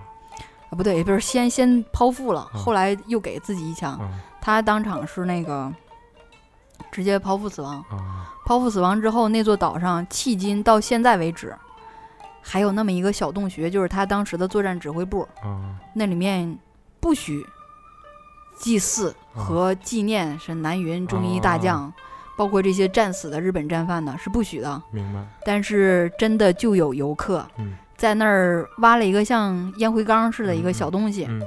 S1: 啊不对，不是先先剖腹了，
S2: 嗯
S1: 后来又给自己一枪，
S2: 啊
S1: 他当场是那个直接剖腹死亡。
S2: 啊！
S1: 剖腹死亡之后，那座岛上迄今到现在为止，还有那么一个小洞穴，就是他当时的作战指挥部，
S2: 啊
S1: 那里面不许祭祀
S2: 嗯
S1: 和纪念是南云中医大将，
S2: 啊
S1: 包括这些战死的日本战犯呢，是不许的。
S2: 明白。
S1: 但是真的就有游客
S2: 嗯
S1: 在那儿挖了一个像烟灰缸似的一个小东西，
S2: 嗯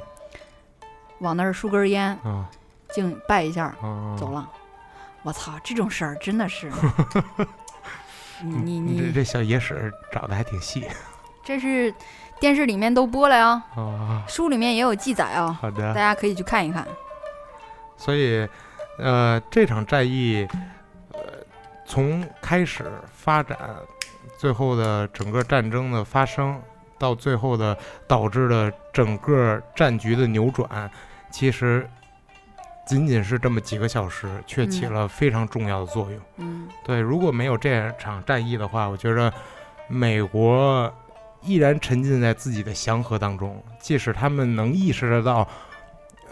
S1: 往那儿竖根烟，
S2: 啊
S1: 敬拜一下，
S2: 啊，
S1: 走了。我操，这种事儿真的 是你，
S2: 嗯
S1: 你
S2: 这
S1: 你
S2: 这小野史找的还挺细
S1: 这是电视里面都播了呀，
S2: 啊。
S1: 书里面也有记载啊，
S2: 好
S1: 大
S2: 的，
S1: 家可以去看一看。
S2: 所以呃，这场战役呃从开始发展，最后的整个战争的发生，到最后的导致的整个战局的扭转，其实仅仅是这么几个小时，却起
S1: 嗯
S2: 了非常重要的作用。
S1: 嗯
S2: 对，如果没有这场战役的话，我觉着美国依然沉浸在自己的祥和当中，即使他们能意识得到，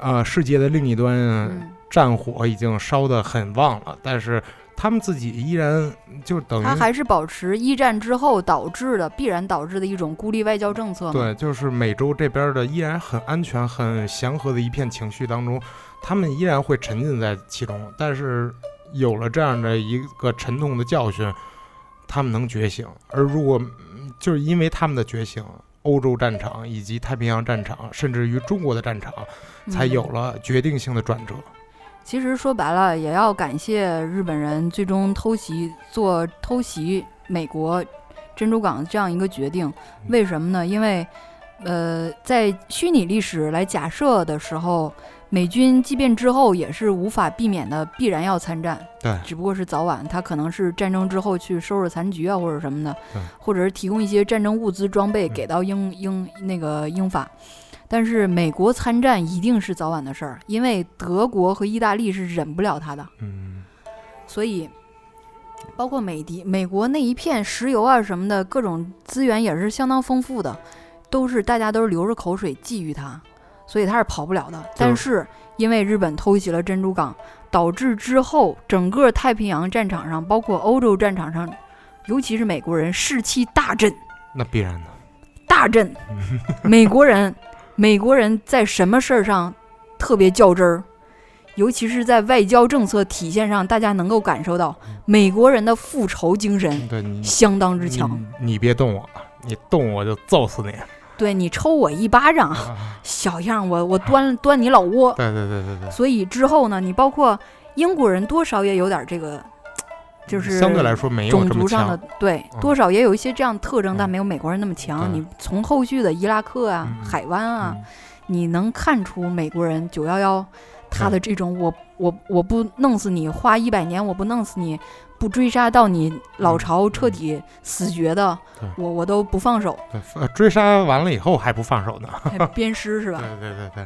S2: 呃，世界的另一端
S1: 嗯，
S2: 战火已经烧得很旺了，但是他们自己依然就等于
S1: 它还是保持一战之后导致的必然导致的一种孤立外交政策嘛。
S2: 对，就是美洲这边的依然很安全、很祥和的一片情绪当中，他们依然会沉浸在其中。但是有了这样的一个沉痛的教训，他们能觉醒。而如果嗯就是因为他们的觉醒，欧洲战场以及太平洋战场，甚至于中国的战场，
S1: 嗯
S2: 才有了决定性的转折。
S1: 其实说白了，也要感谢日本人最终偷袭做偷袭美国珍珠港这样一个决定。
S2: 嗯
S1: 为什么呢？因为，呃，在虚拟历史来假设的时候，美军即便之后也是无法避免的，必然要参战。
S2: 对
S1: 只不过是早晚，他可能是战争之后去收拾残局啊，或者什么的
S2: 对，
S1: 或者是提供一些战争物资装备
S2: 嗯
S1: 给到英英那个英法。但是美国参战一定是早晚的事儿，因为德国和意大利是忍不了他的，
S2: 嗯，
S1: 所以包括美的美国那一片石油啊什么的各种资源也是相当丰富的，都是大家都是流着口水觊觎它，所以它是跑不了的。但是因为日本偷袭了珍珠港，导致之后整个太平洋战场上，包括欧洲战场上，尤其是美国人士气大振。
S2: 那必然的。
S1: 大振。美国 人，美国人在什么事儿上特别较真儿？尤其是在外交政策体现上，大家能够感受到
S2: 嗯
S1: 美国人的复仇精神
S2: 对你，
S1: 相当之
S2: 你
S1: 强。
S2: 嗯你别动我，你动我就揍死你！
S1: 对你抽我一巴掌，
S2: 啊
S1: 小样儿，我我端端你老窝。
S2: 对对对对对。
S1: 所以之后呢，你包括英国人多少也有点这个，就是
S2: 嗯相对来说没有
S1: 种
S2: 这么
S1: 族上
S2: 强嗯
S1: 的对，多少也有一些这样特征，但没有美国人那么强。
S2: 对
S1: 你从后续的伊拉克啊、
S2: 嗯嗯
S1: 海湾啊，
S2: 嗯
S1: 你能看出美国人九幺幺他
S2: 对
S1: 的这种我我我不弄死你，花一百年我不弄死你，不追杀到你老巢彻底死绝的，
S2: 对
S1: 我我都不放手，
S2: 对，呃追杀完了以后还不放手呢。
S1: 还鞭尸是
S2: 对
S1: 吧？
S2: 对对对，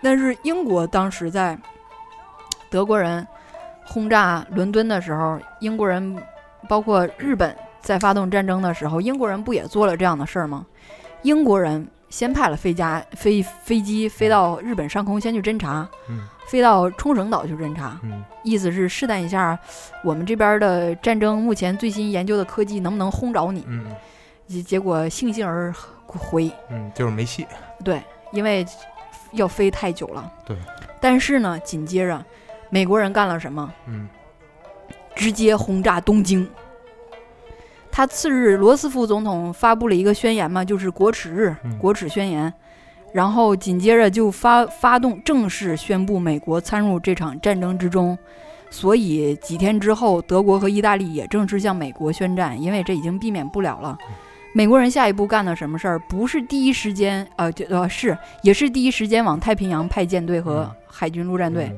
S1: 但是英国当时在德国人轰炸伦敦的时候，英国人包括日本在发动战争的时候，英国人不也做了这样的事儿吗？英国人先派了飞家飞飞机飞到日本上空，先去侦察，
S2: 嗯
S1: 飞到冲绳岛去侦察，
S2: 嗯
S1: 意思是试探一下我们这边的战争目前最新研究的科技能不能轰着你。
S2: 嗯
S1: 结结果悻悻而回，
S2: 嗯，就是没戏。
S1: 对，因为要飞太久了。
S2: 对。
S1: 但是呢，紧接着美国人干了什么？
S2: 嗯
S1: 直接轰炸东京。他次日，罗斯福总统发布了一个宣言嘛，就是国耻日
S2: 嗯
S1: 《国耻宣言》，然后紧接着就发发动正式宣布美国参入这场战争之中。所以几天之后，德国和意大利也正式向美国宣战，因为这已经避免不了了。
S2: 嗯
S1: 美国人下一步干了什么事儿？不是第一时间，呃，就呃是也是第一时间往太平洋派舰队和
S2: 嗯
S1: 海军陆战队。，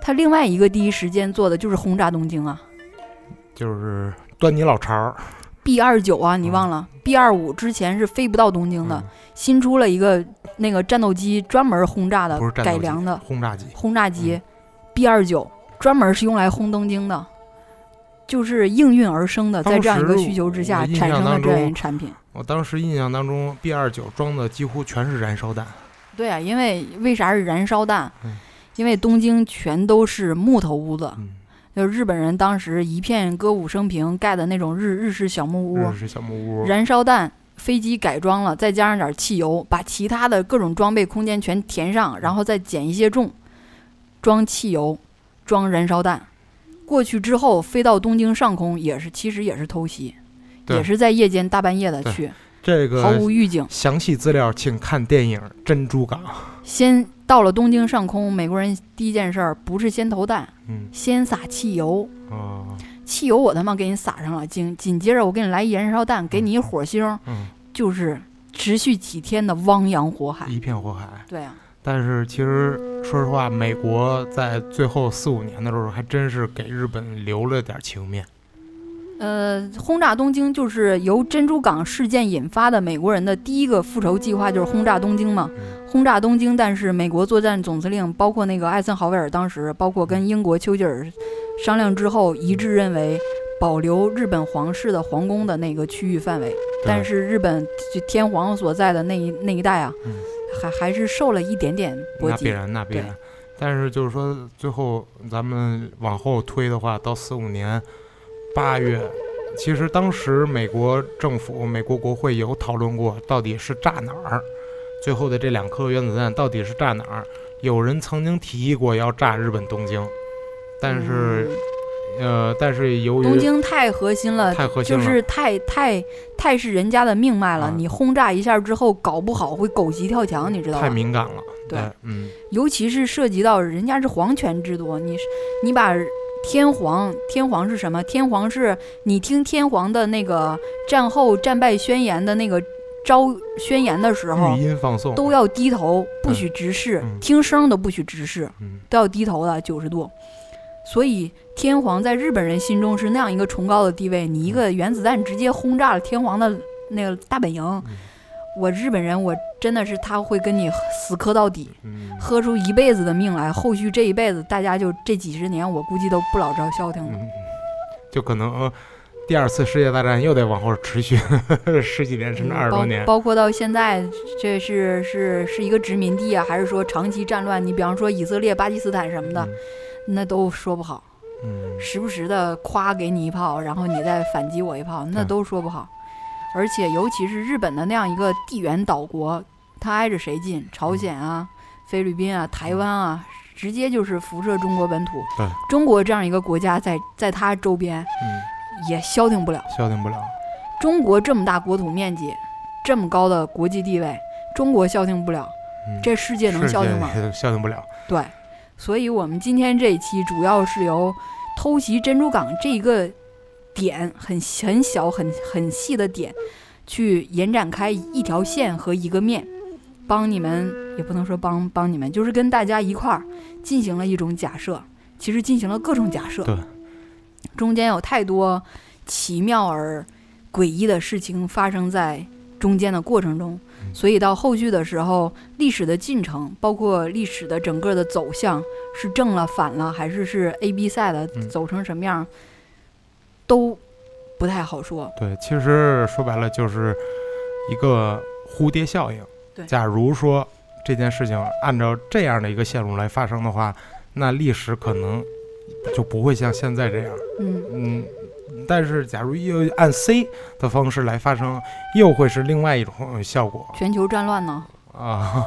S1: 他另外一个第一时间做的就是轰炸东京啊。
S2: 就是端你老巢儿。
S1: B 二九啊，你
S2: 嗯
S1: 忘了、B 二五之前是飞不到东京的，
S2: 嗯
S1: 新出了一个那个战斗机专门轰炸的
S2: 不是战斗
S1: 改
S2: 机
S1: 良的
S2: 嗯轰炸机。
S1: 轰炸机、B 二九，专门是用来轰东京的，就是应运而生的，
S2: 当
S1: 在这样一个
S2: 时
S1: 需求之
S2: 我
S1: 下
S2: 印
S1: 产
S2: 象
S1: 生的
S2: 当
S1: 这样
S2: 中
S1: 一产品。
S2: 我当时印象当中，B 二九装的几乎全是燃烧弹。
S1: 对啊，因为为啥是燃烧弹？
S2: 嗯
S1: 因为东京全都是木头屋子，
S2: 嗯，
S1: 就是日本人当时一片歌舞升平盖的那种日日式小木屋，
S2: 这是小木屋。
S1: 燃烧弹、飞机改装了，再加上点汽油，把其他的各种装备空间全填上，然后再减一些重，装汽油，装燃烧弹。过去之后飞到东京上空，也是其实也是偷袭，
S2: 对
S1: 也是在夜间大半夜的
S2: 对
S1: 去。
S2: 这
S1: 毫
S2: 个
S1: 无预警。
S2: 详细资料请看电影《珍珠港》。
S1: 先到了东京上空，美国人第一件事儿不是先投弹，
S2: 嗯
S1: 先撒汽油。
S2: 啊
S1: 汽油我他妈给你撒上了，紧紧接着我给你来一燃烧弹，给你一火星，
S2: 嗯，
S1: 就是持续几天的汪洋火海。
S2: 一片火海。
S1: 对啊，
S2: 但是其实说实话，美国在最后四五年的时候，还真是给日本留了点情面。
S1: 呃，轰炸东京就是由珍珠港事件引发的美国人的第一个复仇计划，就是轰炸东京嘛。
S2: 嗯
S1: 轰炸东京，但是美国作战总司令，包括那个艾森豪威尔，当时包括跟英国丘吉尔商量之后，一致认为保留日本皇室的皇宫的那个区域范围。但是日本就天皇所在的那一那一带啊，
S2: 嗯
S1: 还还是受了一点点波
S2: 那必
S1: 及。
S2: 然，那必
S1: 对
S2: 然。但是就是说，最后咱们往后推的话，到四五年八月，其实当时美国政府、美国国会有讨论过，到底是炸哪儿？最后的这两颗原子弹到底是炸哪儿？有人曾经提议过要炸日本东京，但是、呃，但是
S1: 嗯、
S2: 由
S1: 东
S2: 于
S1: 京太核心了，
S2: 太核心
S1: 就
S2: 了，
S1: 是太太太是人家的命脉了。
S2: 啊
S1: 你轰炸一下之后，搞不好会狗急跳墙，你知道
S2: 太
S1: 吧？
S2: 敏感了。
S1: 对，
S2: 嗯，
S1: 尤其是涉及到人家是皇权制度，你是你把天皇，天皇是什么？天皇是你听天皇的那个战后战败宣言的那个招宣言的时候
S2: 语，音放送
S1: 都要低头，不
S2: 嗯
S1: 许直视，
S2: 嗯
S1: 听声都不许直视，
S2: 嗯
S1: 都要低头的九十度。所以天皇在日本人心中是那样一个崇高的地位，你一个原子弹直接轰炸了天皇的那个大本营，
S2: 嗯
S1: 我日本人我真的是他会跟你死磕到底。
S2: 嗯
S1: 喝出一辈子的命来，后续这一辈子，大家就这几十年，我估计都不老着消停了。
S2: 嗯，就可能、呃第二次世界大战又得往后持续 十几年甚嗯至二十多年。
S1: 嗯包包括到现在，这是是是一个殖民地啊，还是说长期战乱？你比方说以色列、巴基斯坦什么的，那都说不好，
S2: 嗯，
S1: 时不时的夸给你一炮，然后你再反击我一炮，那
S2: 对
S1: 都说不好。而且尤其是日本的那样一个地缘岛国，它挨着谁近？朝鲜啊、菲律宾啊、台湾啊，直接就是辐射中国本土。
S2: 对
S1: 中国这样一个国家在在它周边。
S2: 嗯，
S1: 也消停不了。
S2: 消停不了。
S1: 中国这么大国土面积，这么高的国际地位，中国消停不了，
S2: 嗯、
S1: 这世界能
S2: 是
S1: 消停
S2: 也
S1: 吗？
S2: 也消停不了。
S1: 对，所以我们今天这一期主要是由偷袭珍珠港这一个点很很小很很细的点，去延展开一条线和一个面，帮你们也不能说帮帮你们，就是跟大家一块儿进行了一种假设，其实进行了各种假设，
S2: 对，
S1: 中间有太多奇妙而诡异的事情发生在中间的过程中，
S2: 嗯
S1: 所以到后续的时候，历史的进程，包括历史的整个的走向，是正了、反了，还是是 A、B 赛了，
S2: 嗯
S1: 走成什么样，都不太好说。
S2: 对，其实说白了就是一个蝴蝶效应。
S1: 对
S2: 假如说这件事情按照这样的一个线路来发生的话，那历史可能就不会像现在这样。
S1: 嗯，
S2: 嗯，但是假如又按 C 的方式来发生，又会是另外一种呃效果
S1: 全球战乱呢？
S2: 啊。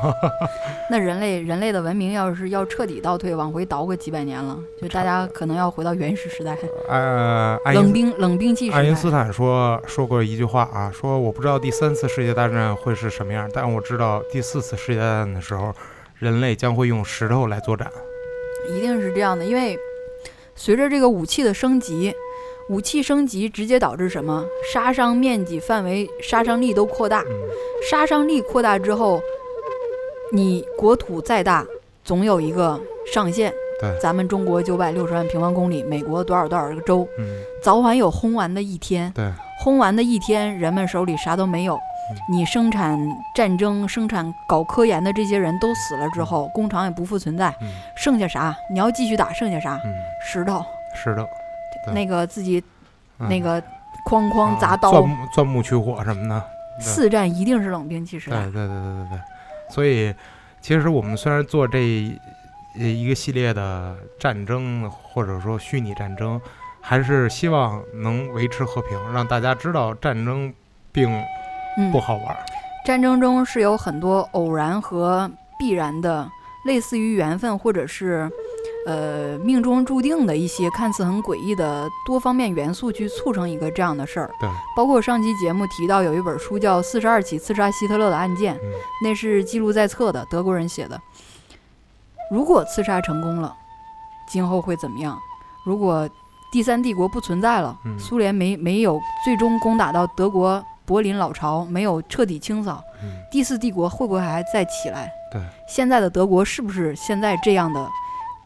S1: 那人类人类的文明要是要彻底倒退，往回倒个几百年了，就大家可能要回到原始时代，
S2: 呃，爱
S1: 冷
S2: 因
S1: 兵冷兵器时
S2: 爱因
S1: 代。
S2: 斯坦说说过一句话啊，说我不知道第三次世界大战会是什么样，但我知道第四次世界大战的时候，人类将会用石头来作战。
S1: 一定是这样的，因为随着这个武器的升级，武器升级直接导致什么？杀伤面积范围、杀伤力都扩大，
S2: 嗯，
S1: 杀伤力扩大之后，你国土再大，总有一个上限。
S2: 对
S1: 咱们中国九百六十万平方公里，美国多少多少个州，
S2: 嗯，
S1: 早晚有轰完的一天。
S2: 对，
S1: 轰完的一天，人们手里啥都没
S2: 嗯
S1: 有。你生产战争、生产搞科研的这些人都死了之后，工厂也不复存在，
S2: 嗯
S1: 剩下啥？你要继续打，剩下啥？
S2: 嗯，
S1: 石头，
S2: 石头，对
S1: 那个自己
S2: 嗯、
S1: 那个哐哐砸
S2: 啊
S1: 刀，
S2: 钻木钻木取火什么的。对
S1: 四战一定是冷兵器时
S2: 对
S1: 代
S2: 对。对对对对，所以其实我们虽然做这一一个系列的战争，或者说虚拟战争，还是希望能维持和平，让大家知道战争并
S1: 嗯
S2: 不，好玩儿。
S1: 战争中是有很多偶然和必然的，类似于缘分或者是呃命中注定的一些看似很诡异的多方面元素去促成一个这样的事儿。
S2: 对，
S1: 包括上期节目提到有一本书叫《四十二起刺杀希特勒的案件》，
S2: 嗯
S1: 那是记录在册的，德国人写的。如果刺杀成功了，今后会怎么样？如果第三帝国不存在了，
S2: 嗯
S1: 苏联没没有最终攻打到德国柏林老巢，没有彻底清扫，
S2: 嗯，
S1: 第四帝国会不会还再起来？
S2: 对，
S1: 现在的德国是不是现在这样的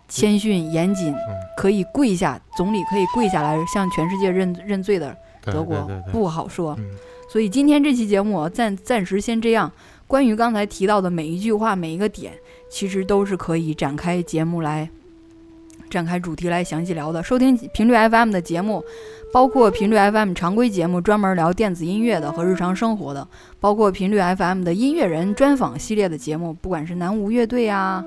S1: 谦逊严谨，
S2: 嗯
S1: 可以跪下，总理可以跪下来向全世界认认罪的
S2: 对
S1: 德国
S2: 对对对
S1: 不好说。
S2: 嗯
S1: 所以今天这期节目我暂暂时先这样。关于刚才提到的每一句话、每一个点，其实都是可以展开节目来展开主题来详细聊的。收听频率 FM 的节目，包括频率 FM 常规节目专门聊电子音乐的和日常生活的，包括频率 FM 的音乐人专访系列的节目，不管是南无乐队啊，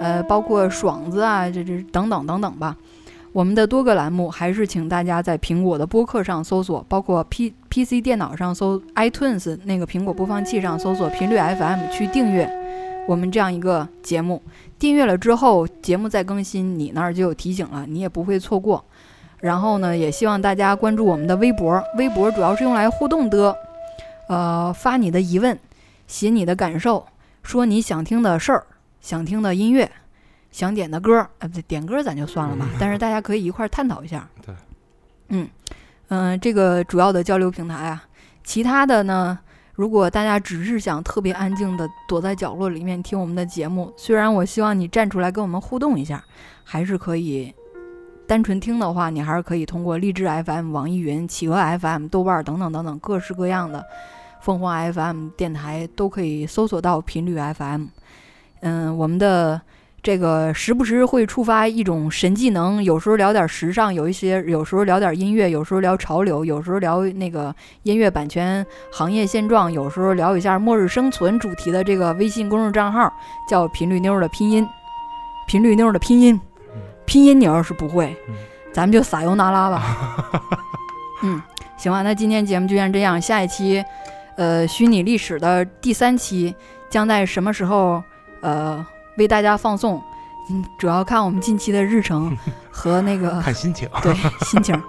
S1: 呃，包括爽子啊，这这等等等等吧。我们的多个栏目还是请大家在苹果的播客上搜索，包括 P P C 电脑上搜 iTunes 那个苹果播放器上搜索频率 FM 去订阅我们这样一个节目。订阅了之后，节目再更新，你那儿就有提醒了，你也不会错过。然后呢，也希望大家关注我们的微博，微博主要是用来互动的，呃，发你的疑问，写你的感受，说你想听的事儿、想听的音乐、想点的歌儿，呃，不对，点歌儿咱就算了吧。但是大家可以一块儿探讨一下。
S2: 对，
S1: 嗯嗯、呃这个主要的交流平台啊，其他的呢，如果大家只是想特别安静的躲在角落里面听我们的节目，虽然我希望你站出来跟我们互动一下，还是可以。单纯听的话，你还是可以通过荔枝 FM、网易云、企鹅 FM、豆瓣儿等等等等各式各样的凤凰 FM 电台都可以搜索到频率 FM。嗯，我们的这个时不时会触发一种神技能，有时候聊点时尚，有一些有时候聊点音乐，有时候聊潮流，有时候聊那个音乐版权行业现状，有时候聊一下末日生存主题的这个微信公众账号叫“频率妞”的拼音，频率妞的拼音
S2: 嗯，
S1: 拼音你要是不会
S2: 嗯，
S1: 咱们就撒由那拉吧。 嗯，行吧，那今天节目就先这样，下一期，呃，虚拟历史的第三期将在什么时候呃为大家放送？嗯，主要看我们近期的日程和那 个
S2: 看心情。
S1: 对心情儿，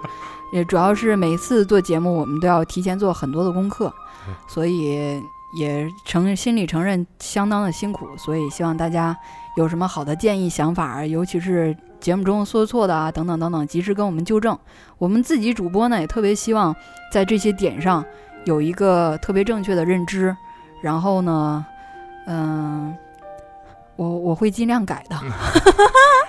S1: 也主要是每次做节目，我们都要提前做很多的功课
S2: 对，
S1: 所以也承心里承认相当的辛苦，所以希望大家有什么好的建议、想法儿，尤其是节目中说错的啊等等等等，及时跟我们纠正。我们自己主播呢，也特别希望在这些点上有一个特别正确的认知，然后呢，嗯、我我会尽量改的。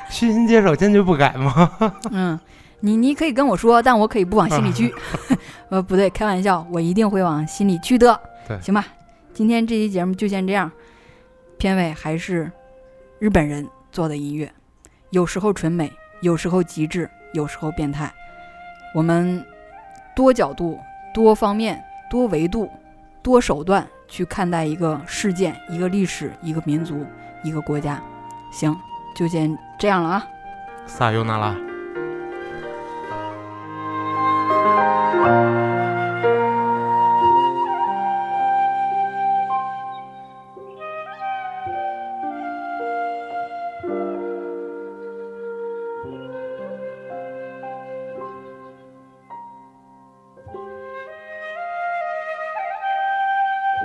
S2: 虚心接受，坚决不改吗？
S1: 嗯，你你可以跟我说，但我可以不往心里去。 呃，不对，开玩笑，我一定会往心里去的。
S2: 对
S1: 行吧，今天这期节目就先这样。片尾还是日本人做的音乐，有时候纯美，有时候极致，有时候变态。我们多角度、多方面、多维度、多手段去看待一个事件、一个历史、一个民族、一个国家。行，就先这样了啊。
S2: 撒尤那拉。
S3: 「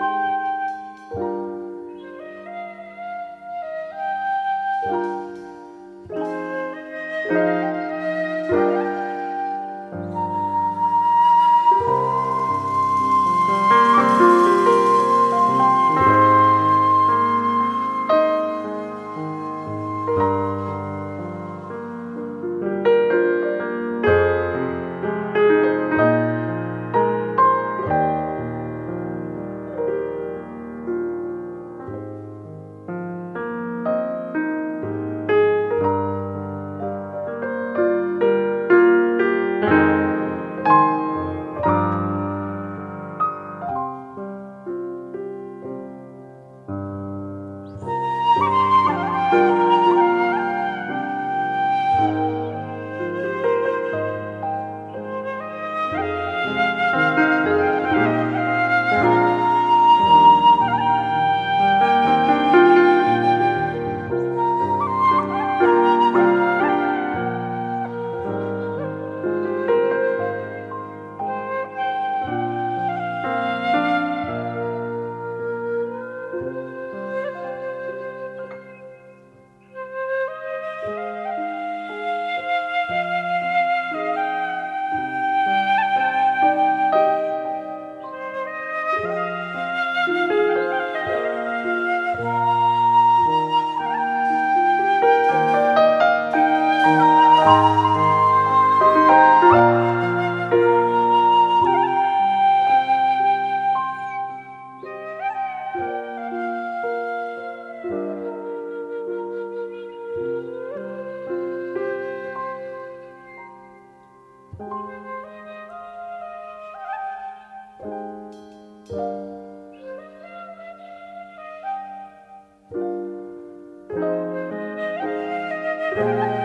S3: 拜。